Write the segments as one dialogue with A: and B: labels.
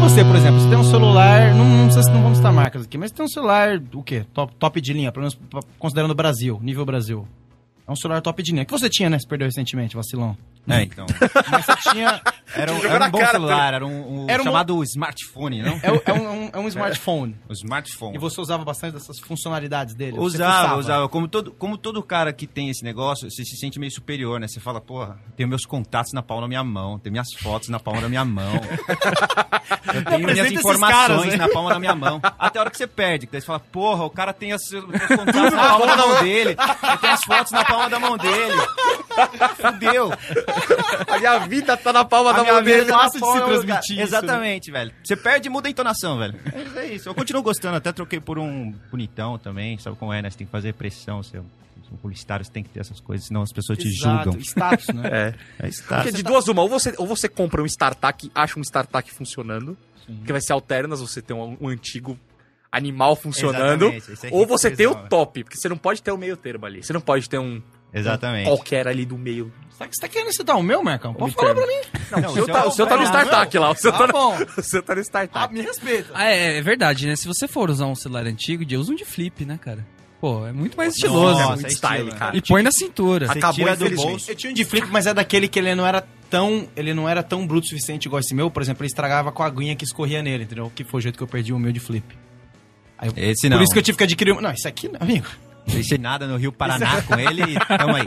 A: você, por exemplo, você tem um celular, não, não, sei se não vamos citar marcas aqui, mas você tem um celular, o quê? Top, top de linha, pelo menos considerando o Brasil, nível Brasil. É um celular top de linha. Que você tinha, né? Se perdeu recentemente, vacilão.
B: É, então.
A: Mas você tinha.
B: Era um,
C: Jogou
B: era
C: na
B: um bom
C: cara,
B: celular, era um, um
A: Era um-
B: chamado smartphone, não?
A: É, um- é um, é um smartphone.
B: O smartphone.
A: E você usava bastante dessas funcionalidades dele? Você
B: Usava,
A: fuçava.
B: usava. Como todo, como todo cara que tem esse negócio, você se sente meio superior, né? Você fala, porra, eu tenho meus contatos na palma da minha mão, tenho minhas fotos na palma da minha mão. eu tenho
A: apresenta
B: minhas
A: esses
B: informações
A: caras, né?
B: na palma da minha mão. Até a hora que você perde, que daí você fala, porra, o cara tem as, os contatos na palma da mão dele, eu tenho as fotos na palma da mão dele. Fudeu.
C: A minha vida tá na palma da
B: A minha
C: mão dele.
B: vida tá
A: fácil de se
B: fora,
A: transmitir
B: cara.
A: isso,
C: né?
B: Exatamente, velho. Você perde e muda a entonação, velho. É isso. Eu continuo gostando, até troquei por um bonitão também. Sabe como é, né? Você tem que fazer pressão. Você, um publicitário, você tem que ter essas coisas, senão as pessoas te
A: Exato,
B: julgam.
A: Status, né?
C: É.
B: É
C: Porque
B: status.
C: de duas uma, ou você, ou você compra um startup, acha um startup funcionando, que vai ser alternas, você tem um, um antigo animal funcionando,
B: Exatamente, isso aí
C: ou
B: que
C: você tem
B: tesão,
C: o
B: velho.
C: top, porque você não pode ter o meio termo ali. Você não pode ter um
B: Exatamente.
C: qualquer ali do meio.
A: Será que você tá querendo citar o meu, Marcão? Pode
C: Me
A: falar
C: termo.
A: pra mim.
C: Não,
B: Não, é
C: o seu, tá, o seu tá no
A: velho,
C: startup lá, o seu
A: Tá
C: tá, no-
A: bom.
C: o seu tá no
A: Ah,
C: startup.
A: me respeita.
D: Ah, é, é verdade, né? Se você for usar um celular antigo, dia, usa um de flip, né, cara? Pô, é muito mais estiloso.
B: Nossa,
C: muito
B: é
C: style,
B: estilo,
C: cara.
D: e põe na cintura.
B: Você
C: Acabou,
B: tira do
C: infelizmente.
B: bolso.
A: Eu tinha um de flip, mas é daquele que ele não era tão. Ele não era tão bruto o suficiente igual esse meu. Por exemplo, ele estragava com a aguinha que escorria nele, entendeu? Que foi o jeito que eu perdi o meu de flip. Aí eu-
B: Esse não.
A: Por isso que eu tive que adquirir um. Não, esse aqui não, amigo.
B: Deixei nada no Rio
C: é
B: Paraná com ele e tamo aí.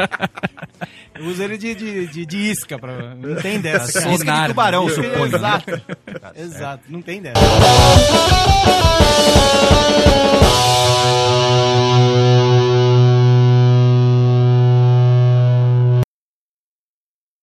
A: Eu uso ele de, de, de, de isca pra. Não tem dessa.
B: Tá
D: Sonar,
A: Isca de
B: tubarão, suponho, né?
A: Exato. Exato. Não tem dessa.